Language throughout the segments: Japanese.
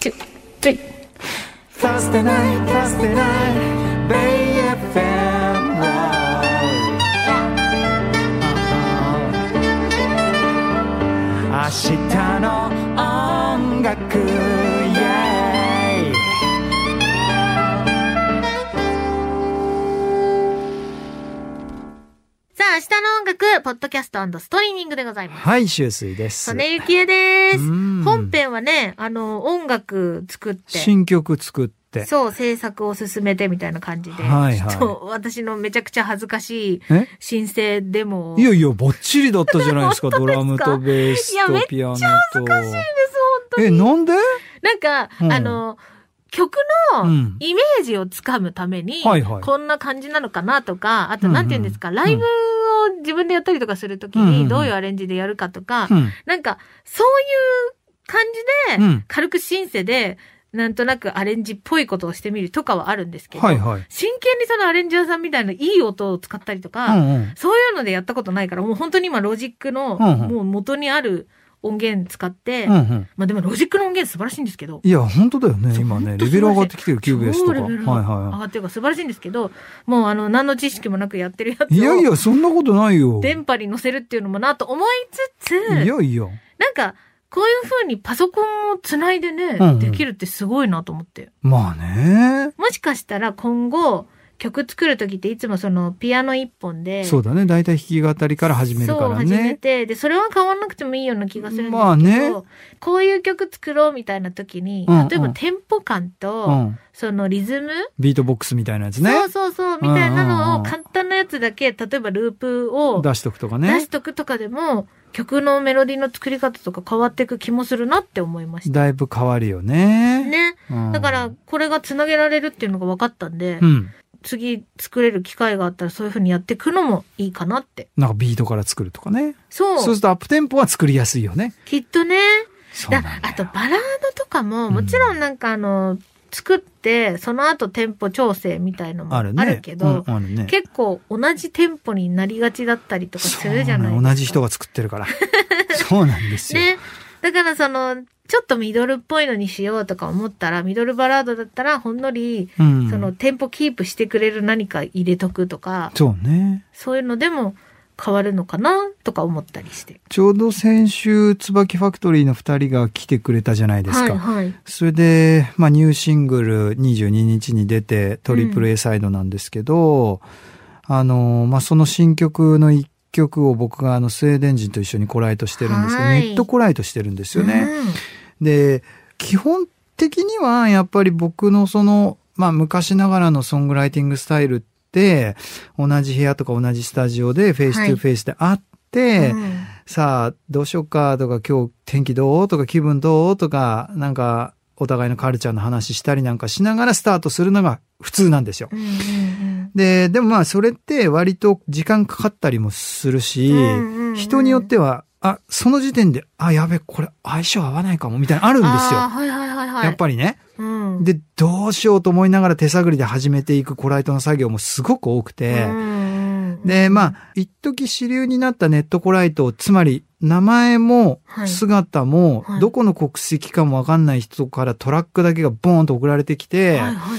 two, three. Thursday night, Thursday night, Bay FM Live. 明日の音楽 yeah さあ、明日の音楽、ポッドキャストストリーミングでございます。はい、周水です曽。根ゆきえです。うん本編はね、あの、音楽作って、新曲作って。そう、制作を進めてみたいな感じで、はいはいちょっと私のめちゃくちゃ恥ずかしいえ申請デモを。いやいいや、ぼっちりだったじゃない ですか。ドラムとベースいやめっとちゃピアノと。いいです、本当に。え、なんでなんか、うんあの、曲うのんイメージをつかむために、はいはいこんな感じなのかなとか、あうとんうんなんて言うんですか、ライブを自分でやったりとかするときうんうんうんに、どういうアレンジでやるかとか、うん。なんか、そういう感うじで、ん。軽くシンセで、なんとなくアレンジっぽいことをしてみるとかはあるんですけど、はいはい。真剣にそのアレンジャーさんみたいないい音を使ったりとうか、んうん。そういうのでやったことないから、もう本当に今ロジックの、うんうんもう元にある音源使って、うんうん。まあでもロジックの音源素晴らしいんですけど、いや、本当だよね。今ね、そうレベル上がってきてる、QBS とか。超はレいベルの上はがってるから素晴らしいんですけど、もうあの、何の知識もなくやってるやい。いつやいを、や、そんなことないよ。い電波に乗せるっていうのもなと思いつつ、やいや。なんか、こういう風にパソコンをつないでね、うんうんできるってすごいなと思って。まあね。もしかしたら今後、曲作るときっていつもそのピアノ一本で、そうだね。大体弾き語りから始めるかそうら始めね。て、で、それは変わんなくてもいいような気がするんですけど、まあねこういう曲作ろうみたいな時に、うんうん例えばテンポ感と、うん。そのリズム、ビートボックスみたいなやつね。そうそうそう、みたういなんうんうのんを簡単なやつだけ、例えばループを出しとくとか出ねし。とくとかでも、曲のメロディーの作り方とか変わっていく気もするなって思いました。だいぶ変わるよね。ね。うんだから、、これが繋げられるっていうのが分かったんで、うん。次作れる機会があったらそういう風にやっていくのもいいかなって。なんかビートから作るとかね。そう。そうするとアップテンポは作りやすいよね。きっとね。そうなだんだよあと、バラードとかも、うんもちろんなんかあの、作って、その後テンポ調整みたいのもああるね。るけど、うんあるね。結構同じテンポになりがちだったりとかするじゃないですそうなか。の同じ人が作ってるから。 そうなんですよ。ね。だからその、ちょっとミドルっぽいのにしようとか思ったら、ミドルバラードだったら、ほんのり、うん。その、テンポキープしてくれる何か入れとくとか、そうね。そういうのでも変わるのかなとか思ったりして。ちょうど先週、椿ファクトリーの二人が来てくれたじゃないですか。はいはい。それで、まあ、ニューシングル22日に出て、トリプル A サイドなんですけど、あの、まあ、その新曲の一曲を僕があの、スウェーデン人と一緒にコライトしてるんですけど、ネはいットコライトしてるんですよね。で、基本的にはやっぱり僕のその、まあ昔ながらのソングライティングスタイルって、同じ部屋とか同じスタジオでフェイスはいトゥフェイスで会っうて、ん。うんさあどうしようかとか今日天気どうとか気分どうとか、なんかお互いのカルチャーの話したりなんかしながらスタートするのが普通なんですよ。うんうんで、でもまあそれって割と時間かかったりもするし、うんうんうん人によっては、あ、その時点で、あ、やべ、これ相性合わないかも、みたいなのあるんですよ。あーはいはいはいはい。やっぱりね。うん、で、どうしようと思いながら手探りで始めていくコライトの作業もすごく多くて、で、まあ、一時主流になったネットコライトを、つまり、名前もはい姿もは、いどこの国籍かもわかんない人からトラックだけがボーンと送られてきあて、はいは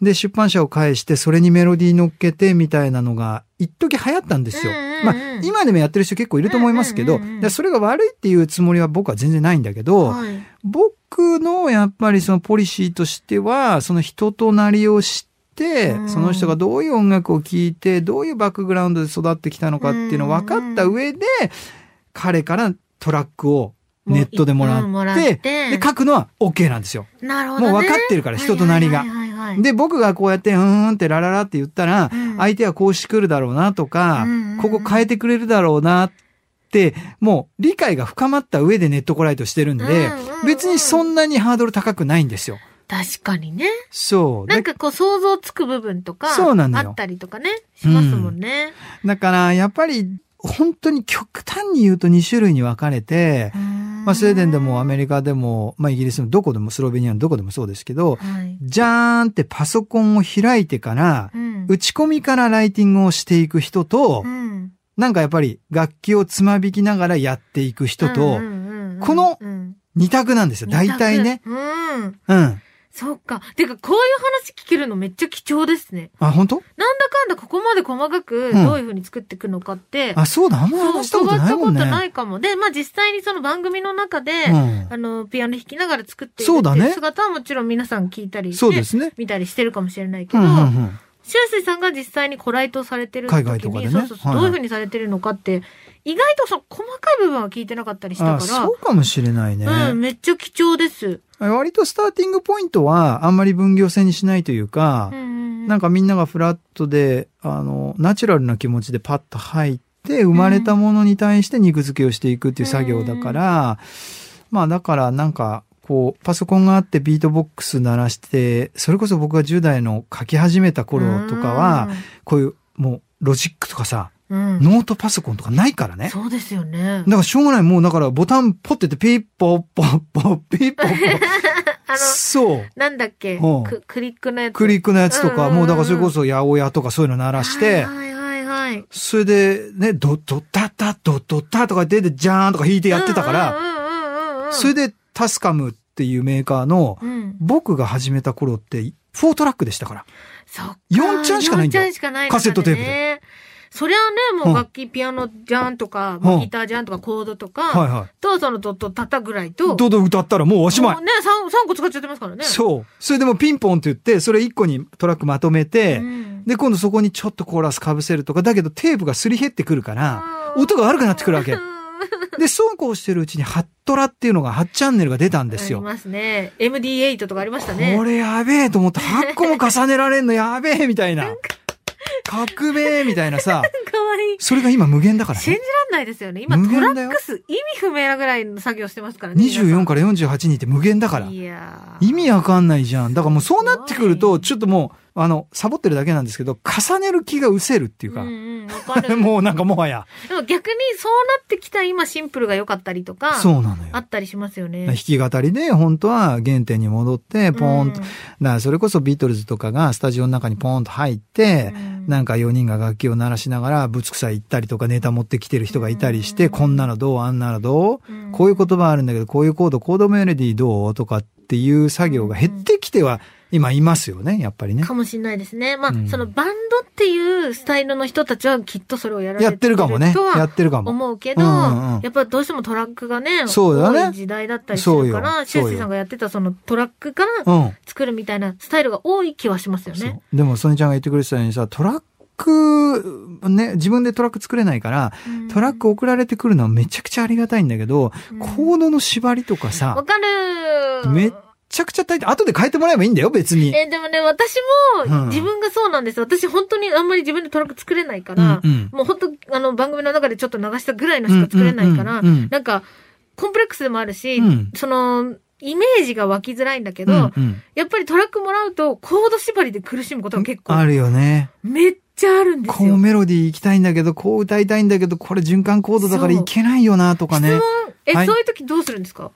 い、で、出版社を介して、それにメロディー乗っけて、みたいなのが、一時流行ったんですようんうんう。んまあ、今でもやってる人結構いると思いますけど、うんうんうんうんでそれが悪いっていうつもりは僕は全然ないんだけど、はい僕のやっぱりそのポリシーとしては、その人となりを知って、うんその人がどういう音楽を聴いて、どういうバックグラウンドで育ってきたのかっていうのを分かった上で、彼からトラックをネットでもらもらっ、っててで、書くのは OK なんですよ。なるほど、ね。もう分かってるから、人となりがはい。はいはいはいで、僕がこうやって、うーんってラララって言ったら、うん相手はこうしてくるだろうなとか、うんうんここ変えてくれるだろうなって、もう理解が深まった上でネットコライトしてるんで、うんうんうん別にそんなにハードル高くないんですよ。確かにね。そう。なだんかこう想像つく部分とか、そうなのよあったりとかね、しますもんね。だから、やっぱり、本当に極端に言うと2種類に分かれて、ままあ、スウェーデンでもアメリリカでも、まあ、イギリスでもどこでも、スロベニアのどこでもそうですけど、カ。はい。じゃーんってパソコンを開いてから、うん打ち込みからライティングをしていく人と、うんなんかやっぱり楽器をつまびきながらやっていく人と、うんうんうんうんこのうん二択なんですよ。大体ね。うん。うん。そっか。てか、こういう話聞けるのめっちゃ貴重ですね。あ、本当？なんだかんだここまで細かく、うんどういう風に作っていくのかって、あ、そうだ。あんまり話したそう、こと伺っないたこもとんね。ないかも。で、まあ実際にその番組の中で、あの、ピアノ弾きながら作っているそうだってねいう姿はもちろん皆さん聞いたうりん。しそうでて、すね。見たりしてるかもしれないけうど、んうシんうュウん。スイさんが実際にご来島されてる時に海外とかでねそうそうそはういどはういいう風にされてるのかって、意外とその細かい部分は聞いてなかったりしたあ、かそうかもしれないね。ら、うん、めっちゃ貴重です。割とスターティングポイントはあんまり分業制にしないというか、なんか、かみんながフラットで、あの、ナチュラルな気持ちでパッと入って、生まれたものに対して肉付けをしていくっていう作業だから、まあだからなんか、こう、パソコンがあってビートボックス鳴らして、それこそ僕が10代の書き始めた頃とかは、こういう、もう、ロジックとかさ、うん、うん、ノートパソコンとかないからね。そうですよね。だからしょうがない。もうだからボタンポっててピッポッポッポッピッポッポッ。 あの、そう。なんだっけうんククリックのやつ。クリックのやつとか、うんうんうんもうだからそれこそ八百屋とかそういうの鳴らして、はいはいはいはい。それでね、ドドタタドドタとか出てジャーンとか弾いてやってたから、らそれでタスカムっていうメーカーの、うん。僕が始めた頃って、4トラックでしたから。そっか。四チャンしかないんだよ四チャンしかないカセットテープで。そりゃね、うもんう楽器、ピアノじゃんとか、うんギターじゃんとか、コードとはいか、はと、そのドットタタぐらいと、い。ドド歌ったらもうおしまいもう。ね、三三個使っちゃってますからね。そう。それでもうピンポンって言って、それ1個にトラックまとめて、んで、今度そこにちょっとコーラス被せるとか、だけどテープがすり減ってくるから、うん音が悪くなってくるわけうんで、そうこうしてるうちにハットラっていうのが8チャンネルが出たんですありよ。ますね。MD8 とかありましたね。これやべえと思って8個も重ねられんのやべえみたいな。革命みたいなさ、 かわいい。それが今無限だから信じね。らんないですよね。今、無トラ限だよックス、意味不明なぐらいの作業してますからね。 24から48にって無限だから。いやー意味わかんないじゃん。だからもうそうなってくると、ちょっともう、あの、サボってるだけなんですけど、重ねる気が失せるっていうかうん。うん、わか る。もうなんかもはや。でも逆にそうなってきた今シンプルが良かったりとか、そうなのよあ。ったりしますよね。弾き語りで本当は原点に戻ってポーンと、だからそれこそビートルズとかがスタジオの中にポーンと入って、なんか4人が楽器を鳴らしながらぶつくさ行ったりとかネタ持ってきてる人がいたりして、うんこんなのどうあんなのどう、うんこういう言葉あるんだけどこういうコードコードメロディーどうとかっていう作業が減ってきては今いますよねやっぱりね。かもしれないですね。まあ、うんそのバンドっていうスタイルの人たちはきっとそれをやられてやるってるかもねと。やはってるかも。思うけど、うんうんやっぱどうしてもトラックがね、そうだね多い時代だったりするかそうよら、シュそうよウスイさんがやってたそのトラックからうん。作るみたいなスタイルが多い気はしますよそね。うでもソニちゃんが言ってくれてたようにさトラックね自分でトラック作れないからうんトラック送られてくるのはめちゃくちゃありがたいんだけど、うんコードの縛りとかさ、わめかるめちゃくちゃ大変、後で変えてもらえばいいんだよ、別に。えーでもね、私うもん自分がそうなんです。私本当にあんまり自分でトラック作れないかうらん、うん。もう本当あの番組の中でちょっと流したぐらいのしか作れないから、うんうんうんうんなんか、コンプレックスでもあるし、うんその、イメージが湧きづらいんだけど、うんうんやっぱりトラックもらうと、コード縛りで苦しむことが結あ構、るよね。めっちゃあるんですこうよ。メロディー行きたいんだけど、こう歌いたいんだけど、これ循環コードだからそういけないよな、とか質ね問。、え、はいそういう時どうするんですか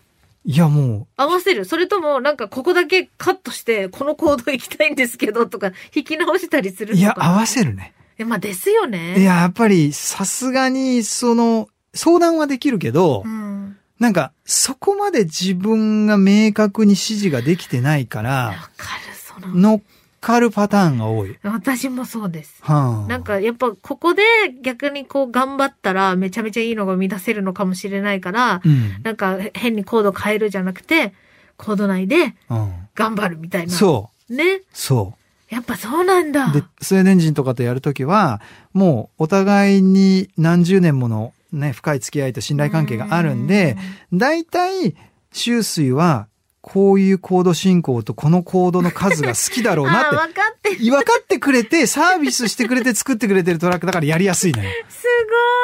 いや、も合わせるそれとも、なんか、ここだけカットして、このコード行きたいんですけど、とか、 弾き直したりすう、るいや、とか合わせるね。え、まあ、ですよね。いや、やっぱり、さすがに、その、相談はできるけど、うん。なんか、そこまで自分が明確に指示ができてないかわら、かる、その、乗っかるパターンが多い。私もそうです。はあ、なんかやっぱここで逆にこう頑張ったらめちゃめちゃいいのが生み出せるのかもしれないからう、ん、なんか変にコード変えるじゃなくて、コード内でうん。頑張るみたいな。。そうね。う、そう。やっぱそうなんだ。で、スウェーデン人とかとやるときは、もうお互いに何十年ものね、深い付き合いと信頼関係があるんで、大体、周水は、こういうコード進行とこのコードの数が好きだろう、うん なああ、っ分かってる。て、分かってくれて、サービスしてくれて作ってくれてるトラックだからやりやすいのよ。す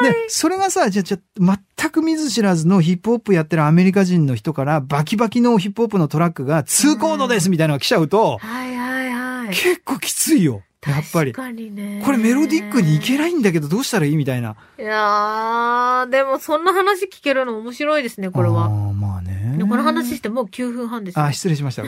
ごい。で、それがさ、じゃあ、じゃあ、全く見ず知らずのヒップホップやってるアメリカ人の人から、バキバキのヒップホップのトラックが、2コードですみたいなのが来ちゃうと、はいはいはい。結構きついよ。やっぱり確。かにね。これメロディックにいけい。ないんだけどどうしたらいいみたいな。いやー、でもそんな話聞けるの面白いですね、これあは。ーまあねで。この話してもう9分半ですよ。 あ、失礼しました。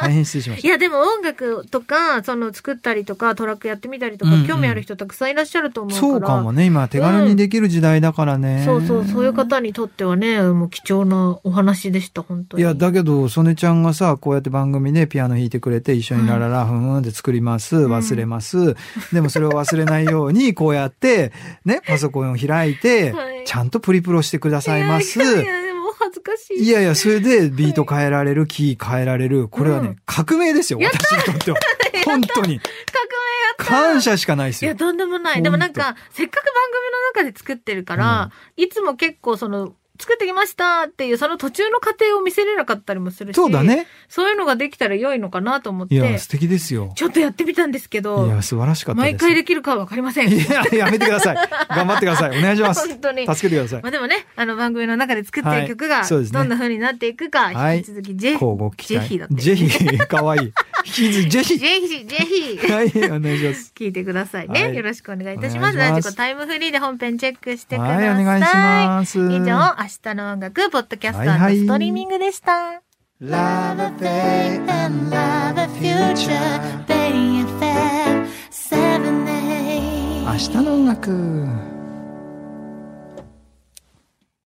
大変失礼しましいや、でも音楽とか、その作ったりとか、トラックやってみたりとか、うんうん興味ある人たくさんいらっしゃると思た。うから。そうかもね。今、手軽にできる時代だからね。そうそう、そういう方にとってはね、もう貴重なお話でした、本当いに。や、だけど、曽根ちゃんがさ、こうやって番組でピアノ弾いてくれて、一緒にラララ、ふーんで作ります、ん忘れます。でもそれを忘れないよう に、こうやって、ね、パソコンを開いて、はいちゃんとプリプロしてくださいます。いやいや、いやでもお恥ずかしい。いやいや、それでビート変えられる、キー変えられる。これはね、うん革命ですよ、私にとって は。本当に。革命 感謝しかないですいや、よ。とんでもない。でもなんか、せっかく番組の中で作ってるから、いつも結構その、作ってきましたっていう、その途中の過程を見せれなかったりもするし。そうだ。ね。そういうのができたら良いのかなと思っいや、て素、敵ですよ。ちょっとやってみたんですけいどや、、素晴らしかったです。毎回できるかはわかりません。いや、やめてください。頑張ってください。お願いします。本当に助けてくださいま。あでもね、あの番組の中で作ってる曲はが、いそうどですねんな風になっていくか、はい引き続きジェ交ヒ、互期待。ジェヒだってジェヒ、かわいい。引き続きジェジェヒ、ジェヒ。ヒ。はい、お願いします。聞いてくださいね。はいよろしくお願いいたします。お願いしラますジコタイムフリーで本編チェックしてくださ。はいい、お願いします。以上、明日の音楽、ポッドキャストはいはいストリーミングでした。 Love a faith and love a future. 明日の音楽。